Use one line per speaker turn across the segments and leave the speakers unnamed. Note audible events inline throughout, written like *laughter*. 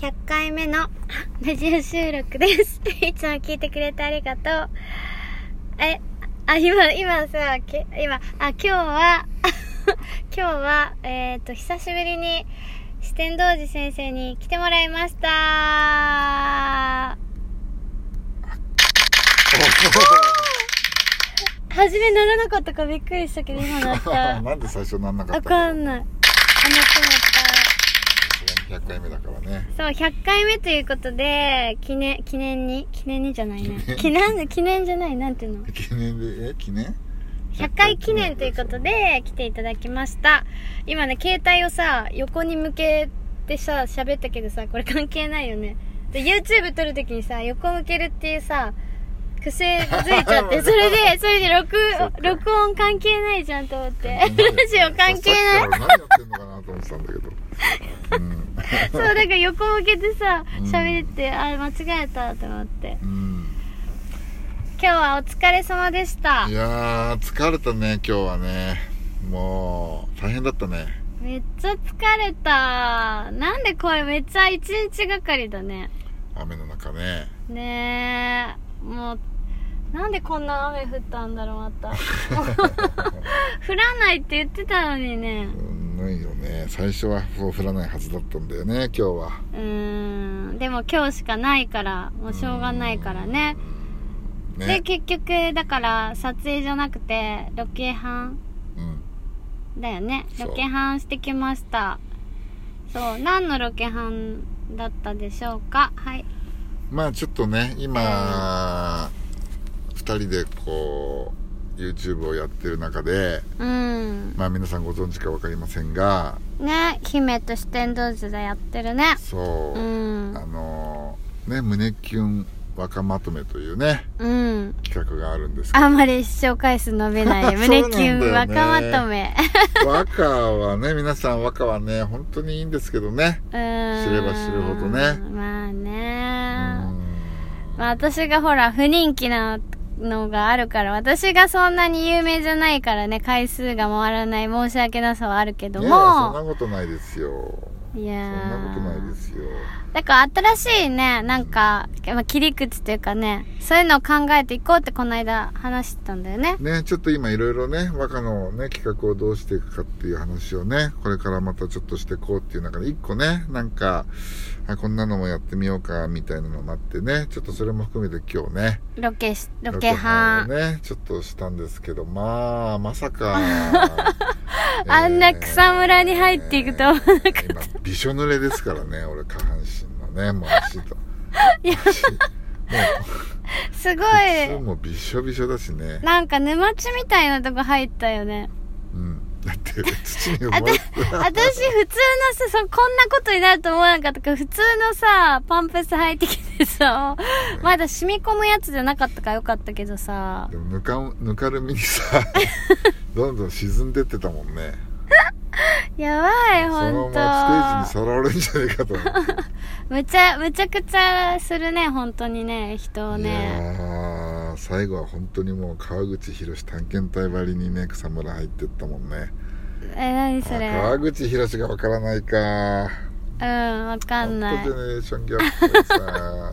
100回目のラジオ収録です。 *laughs* いつも聞いてくれてありがとう。え、あ、今、今さ、け今、あ、今日は、 *laughs* 今日は、えっ、と、久しぶりに四天童子先生に来てもらいました。初め乗らなかったからびっくりしたけど、今乗っ
*laughs*
た。
なんで最初なんなか
わ
ったの
かんない。あ、乗った乗った。
100回目だからね
そう、100回目ということで、記念、記念に、記念にじゃないね。記念、記念じゃない、なんていうの。
記念でえ記念
100回記念ということで、来ていただきました。今ね、携帯をさ、横に向けてさ、喋ったけどさ、これ関係ないよね。で、YouTube 撮るときにさ、横向けるっていうさ、癖づいちゃっ
*laughs*
て、それで、それで録
そっ、か
録音関係ないじゃんと思って。
*laughs*
ラ
関係ない
ジオ関係ない
さっ。きから何やってんのかなと思ってたんだけど、うん
そう、だから横向けてさ、
うん
喋って、あ、間違えたと思って。
うん、
今日はお疲れ様でした
いやー疲れたね今日はねもう大変だったね
めっちゃ疲れたなんでこれめっちゃ一日がかりだね
雨の中ね
ねえもうなんでこんな雨降ったんだろうま
*laughs*
た降らないって言ってたのにね
うんないよね最初はそう降らないはずだったんだよね今日は
うーんでも今日しかないからもうしょうがないからねで
ね
結局だから撮影じゃなくてロケハン
うん
だよね
そう
ロケハンしてきましたそう何のロケハンだったでしょうかはい
まあちょっとね今2人でこう YouTube をやってる中で
うん
まあ皆さんご存知か分かりませんが
ね姫と四天童子でやってるね
そうう、
ん
あのね胸キュン若まとめというね
うん
企画があるんですけ
あんまり視聴回数伸びない胸キュ
*laughs* そう
ン
な
若
んだよ
ま
ね
とめ
*laughs* ど若はね皆さん若はね本当にいいんですけどね
うーん
知れば知るほどね
まあ
う
ね
ん
まあ私がほら不人気なのがあるから私がそんなに有名じゃないからね回数が回らない申し訳なさはあるけど
いやいやそん
も
なことないですよ
いや
そんなことないですよ
だから新しいね、なんか、まあ切り口というかね、そういうのを考えていこうってこの間話してたんだよね。
ねちょっと今いろいろね若のね企画をどうしていくかっていう話をねこれからまたちょっとしていこうっていう中で一個ねなんかあこんなのもやってみようかみたいなのもあってねちょっとそれも含めて今日ね
ロケし、ロケハン。
ロケハンをねちょっとしたんですけどまあまさか
*laughs* あんな草むらに入っていくとは思わなかった
今びしょ濡れですからね俺下半身のねもう足と足も
すご
う靴
い、
もびしょびしょだしね
なんか沼地みたいなとこ入ったよね。
うんだって土に埋
あた、
も
私
れ
普通のさ、そ、こんなことになると思わなかったから、普通のさ、パンプス履いてきてさ、まだ染み込むやつじゃなかったからよかったけどさ
で、もぬかぬかるみにさ
*laughs*
どんどん沈んでってたもんね
やばい、
そ
ほ
の
ん
ままス
と
テ。ージにさらわれるんじゃないかと思って
むちゃ、むちゃくちゃするね、本当にね、人を
い
ね。
やー最後は本当にもう川口博探検隊ばりにね草むら入ってったもんね
え、何それ。
あ川口博がわからないか
うん、わかんない
ホット。ジェネレーションギャップでさ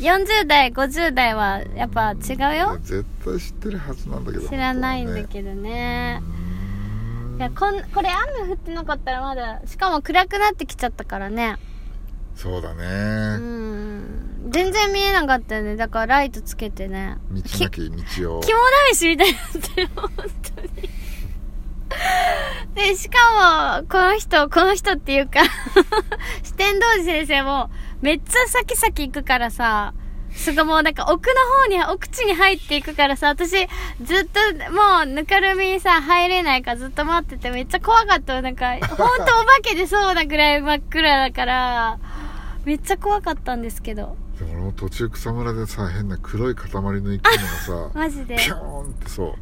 40代、50代はやっぱ違う
いや
よ。
絶対知ってるはずなんだけど
知らないんだ
ど
けどね。いや、こん、これ雨降ってなかったらまだ、しかも暗くなってきちゃったからね。
そうだ
う
ね、
ん。全然見えなかったよね。だからライトつけてね。
道なき道を
肝試しみたいになってる、本当に。 *laughs* で、しかも、この人、この人っていうか、 *laughs* 四天童子先生も、めっちゃ先々行くからさ、すごいもうなんか奥の方に、奥地に入っていくからさ、私、ずっともうぬかるみにさ、入れないからずっと待っててめっちゃ怖かったよ。なんか、ほんとお化けでそうなぐらい真っ暗だから、めっちゃ怖かったんですけど、
でも俺も途中草むらでさ変な黒い塊の生き
*laughs*
物がさ
マジで
ピ。ョーンってそう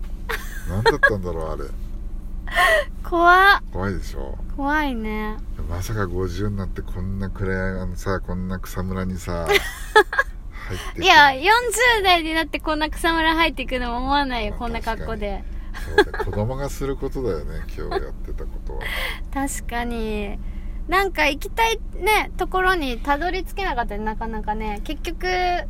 何だったんだろうあれ
怖っ、
怖いでしょ
怖いね。
まさか50になってこんな暗いあのさこんな草むらに
*laughs*
さ入ってく
いや、40代になってこんな草むら入っていくのも思わないよ、
まあ
こんな格好で。
そうだ子供がすることだよね今日やってたことは
確かに。なんか行きたいね、ところにたどり着けなかったね、なかなかね。結局、ね、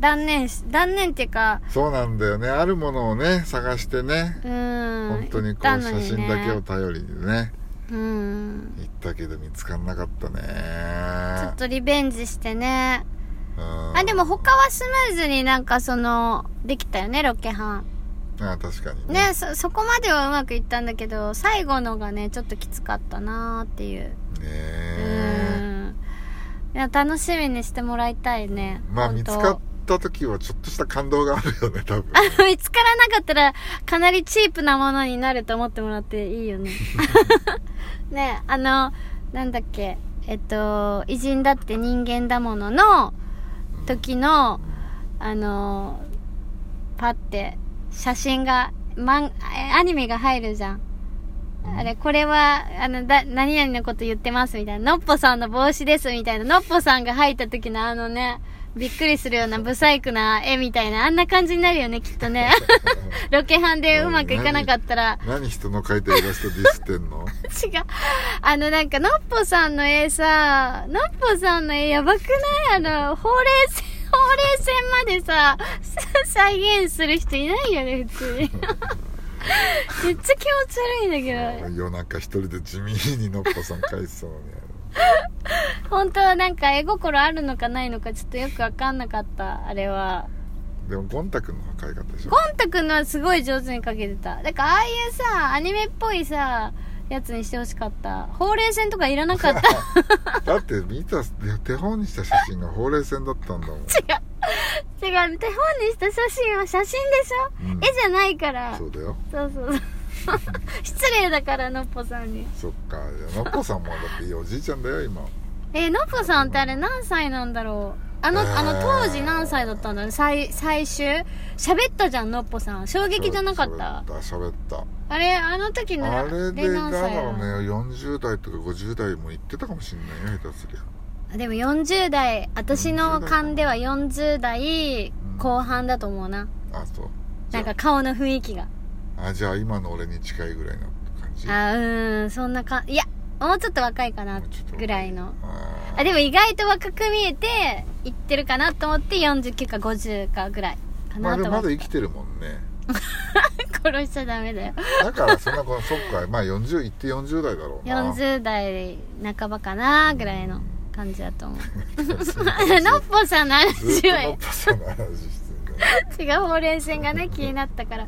断念し、断念っていうか、
そうなんだよねあるものをね探してね
うーん。
本当に
行
こ
っ
う
たの
写真だけを頼りにね
ね、うん。
行ったけど見つからなかっ
ち
た
ょっ
ね
とリベンジしてね。
うん
あ、でも他はスムーズになんかその、できたよね、ロケハン。
あ確かにね
ね、そ、そこまではうまくいったんだけど、最後のがね、ちょっときつかったなーっていう。
ね
う
え
ーん。いや、楽しみにしてもらいたいね。
まあ見
本
つ
当
かった時はちょっとした感動があるよね多分
見つからなかったら、かなりチープなものになると思ってもらっていいよね。
*laughs*
ね、あの、なんだっけ、えっと、偉人だって人間だものの時の、あの、パって、写真が、マン、えアニメが入るじゃん。あれ、これは、あの、だ、何々のこと言ってますみたいな、のっぽさんの帽子ですみたいな、のっぽさんが入った時のあのね、びっくりするようなブサイクな絵みたいな、あんな感じになるよね、きっとね。 *laughs* ロケハンでうまくいかなかったら、
何人の描いたイラストディスってんの
違う。あの、なんか、のっぽさんの絵さ、のっぽさんの絵やばくないあの、ほうれい線、ほうれい線までさ、 *laughs* 再現する人いないよね、普通に。 *laughs* めっちゃ気持ち悪いんだけど。
夜中一人で地味にのっぽさん描いてたのに
本当はなんか絵心あるのかないのかちょっとよくわかんなかったあれは
でもゴン太くんの描い方でしょ
ゴン太くんのはすごい上手に描けてただからああいうさアニメっぽいさやつにしてほしかったほうれい線とかいらなかった
だって見た手本にした写真がほうれい線だったんだもん、
違う手本にした写真は写真でしょ、
うん
絵じゃないから
そうだよ
そうそう *laughs* そう失礼だからのっぽさんに
そっかじゃあのっぽさんもだっていいおじいちゃんだよ今
えー、のっぽさんってあれ何歳なんだろうあの、
えー
あの当時何歳だったんだろう最、最終喋ったじゃん、のっぽさん。衝撃じゃなかった
喋った
あれ、あの時
喋
の
ったあれでだ
何歳
ろうね
なの
40代とか50代も行ってたかもしんないよ下手すりゃ
でも40代、私の勘では40代後半だと思うな。
あそうじ
な
ゃ
んか顔の雰囲気が。
ああじゃあ今の俺に近いぐらいの感じ
あうーん、そんなか、いや、もうちょっと若いかな
もうちょっと若
ぐ
い
らいの。
あ
あ、でも意外と若く見えて、いってるかなと思って49か50かぐらいか
ーまあ
な
で
と
も
思
ま
って。
だ生きてるもんね
殺しちゃダメだよ。
だからそんなこそっかまあ40行って40代だろうな *laughs*
40代半ばかなぐらいの感じだ
*laughs*
と思う。のっぽさんの
ずっ
話
と
は
のっぽさんの話してんだよ
違うほうれい線がね気になったから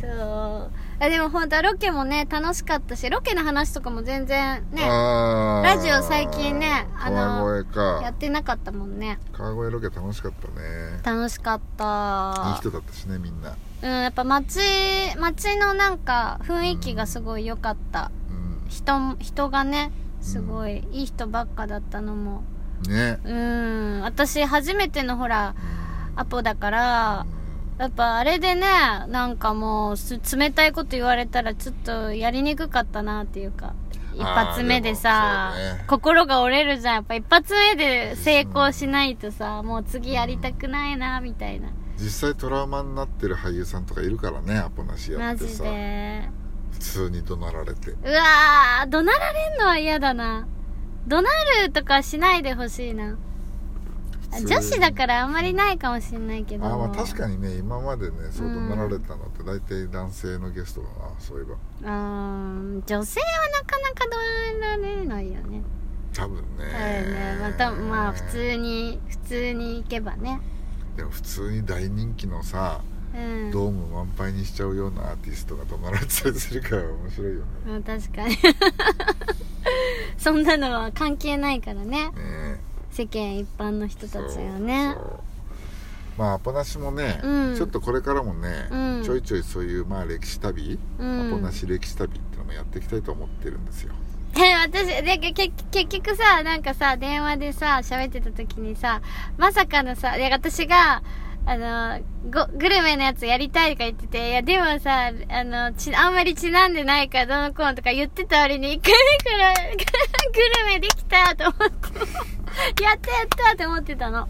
そうあでも本当はロケもね楽しかったしロケの話とかも全然ねラ
ラ
ジオ最近ねあの
川越
や
か
ってなかったもんね
川越ロケ楽しかったね
楽しかっ
いい
た
人だったしねみんな
うんやっぱ街街のなんか雰囲気がすごい良かった
うん
人も人がねすごいいい人ばっかだったのも
ね
うん私初めてのほらアポだからやっぱあれでね、なんかもうす、冷たいこと言われたらちょっとやりにくかったなっていうか、一発目でさ、
あーでもそうね
心が折れるじゃん。やっぱ一発目で成功しないとさ、もう次やりたくないな、みたいな。
実際トラウマになってる俳優さんとかいるからねアポなしや
マ
って
ジ
さ
で。
普通に怒鳴られて
うわー、怒鳴られんのは嫌だな。怒鳴るとかしないでほしいな。
普通
女子だからあんまりないかもしんないけ
あ
ど。
まあ確かにね今までねそう
う
怒
ん
鳴られたのって大体男性のゲストだなそういえば
うーん、女性はなかなか怒鳴られないよね。
多分ね
はいね、またまあ普通に普通に行けばね
でも普通に大人気のさ
うん
ドーム満杯にしちゃうようなアーティストが怒鳴られたりするから面白いよね
まあ確かに *laughs* そんなのは関係ないからね
ね
世間一般の人たち
そう
はね
そうまあアポなしもね、
うん
ちょっとこれからもね、
うん
ちょいちょいそういうまあ歴史旅、
う
アポ
ん
なし歴史旅ってのもやっていきたいと思ってるんですよ
え *laughs* 私でけけ結局さなんかさ電話でさ喋ってた時にさまさかのさで私があのごグルメのやつやりたいとか言ってていやでもさあのちあんまりちなんでないからどうのこうのとか言ってた割に1回 *laughs* 目からグルメできたと思って *laughs* やった
*laughs*
やったと思ってたの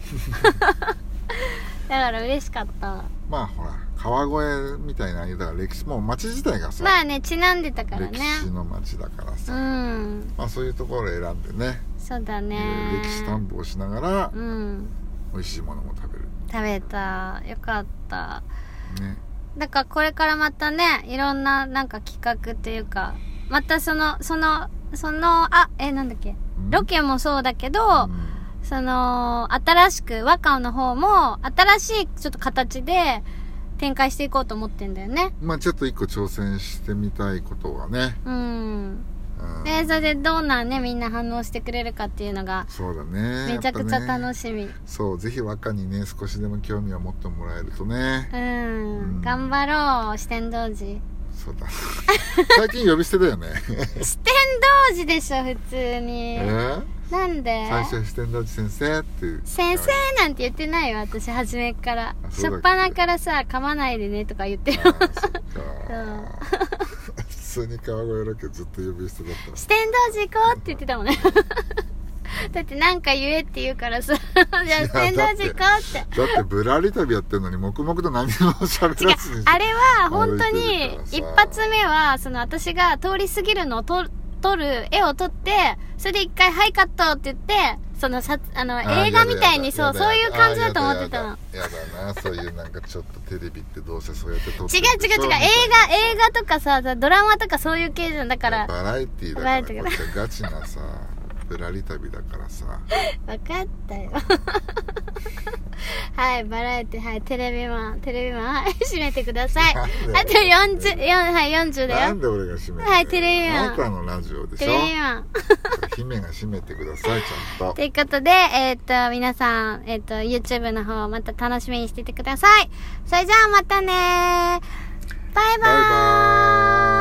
だから嬉しかった
まあほら川越みたいなああいうだから歴史もう町自体がさ、
まあねちなんでたから
歴
ね
史の町だから
う
さ、
ん
まあそういうところを選んでね
そうだね
いろいろ歴史探訪しながら
うん
美味しいものも食べる
食べたよかった
ね
だからこれからまたねいろんななんか企画というかまたそのそのそのあえなんだっけロケもそうだけど、
うん
その新しく和歌の方も新しいちょっと形で展開していこうと思ってんだよね
まあちょっと一個挑戦してみたいことがね、
うん
うん
でそれでどうなんねみんな反応してくれるかっていうのが
そうだね
めちゃくちゃ
やっぱね
楽しみ、
そうぜひ和歌にね少しでも興味を持ってもらえるとね
うん、
うん
頑張ろう四天童子
そうだ *laughs* 最近呼び捨てだよね
四天童子でしょ普通に
*laughs* えー
なんで
最初は四天王寺先生っていう
先生なんて言ってないよ私初めっから
あそ
初
うだっ
っ
け
端からさ噛まないでねとか言
*laughs*
ってる
あー
*laughs*
そっか普通に川越ロケずっと呼び捨てだった
四天童子行こうって言ってたもんね *laughs* だってなんか言えって言うからさじゃあ四天童子行こうって
だってぶらり旅やってるのに黙々と何も喋らずに
あれは本当
歩いて
に
るからさ
一発目はその私が通り過ぎるのを撮る撮る絵を撮ってそれで一回「はいカット」って言ってそのさあの
あー
映画みたいにそう
やだ
そうい
や
う
だ
感じだと思ってたの
あーやだやだやだなそういうなんかちょっとテレビってどうせそうやって撮って
違う違
る
う違う映画映画とかさドラマとかそういう系じゃんだから
バラエティーだ
バラエテ
か
ィ
ら
ー
こ
だ
っちはガチなさぶらり旅だからさ
分かったよ *laughs* はいバラエティはいテレビマンテレビマンはい閉めてください
な
あ
ん
と
で
40四はい40だ
な
よ
んで俺が締めて
はいテレビマン
あなたのラジオでし
テ
ょ
レビマン
姫が締めてくださいちゃんと
ということでえっ、と皆さんえっ、と YouTube の方また楽しみにしててくださいそれじゃあまたねバイバ
バイ
ーイ
バーイ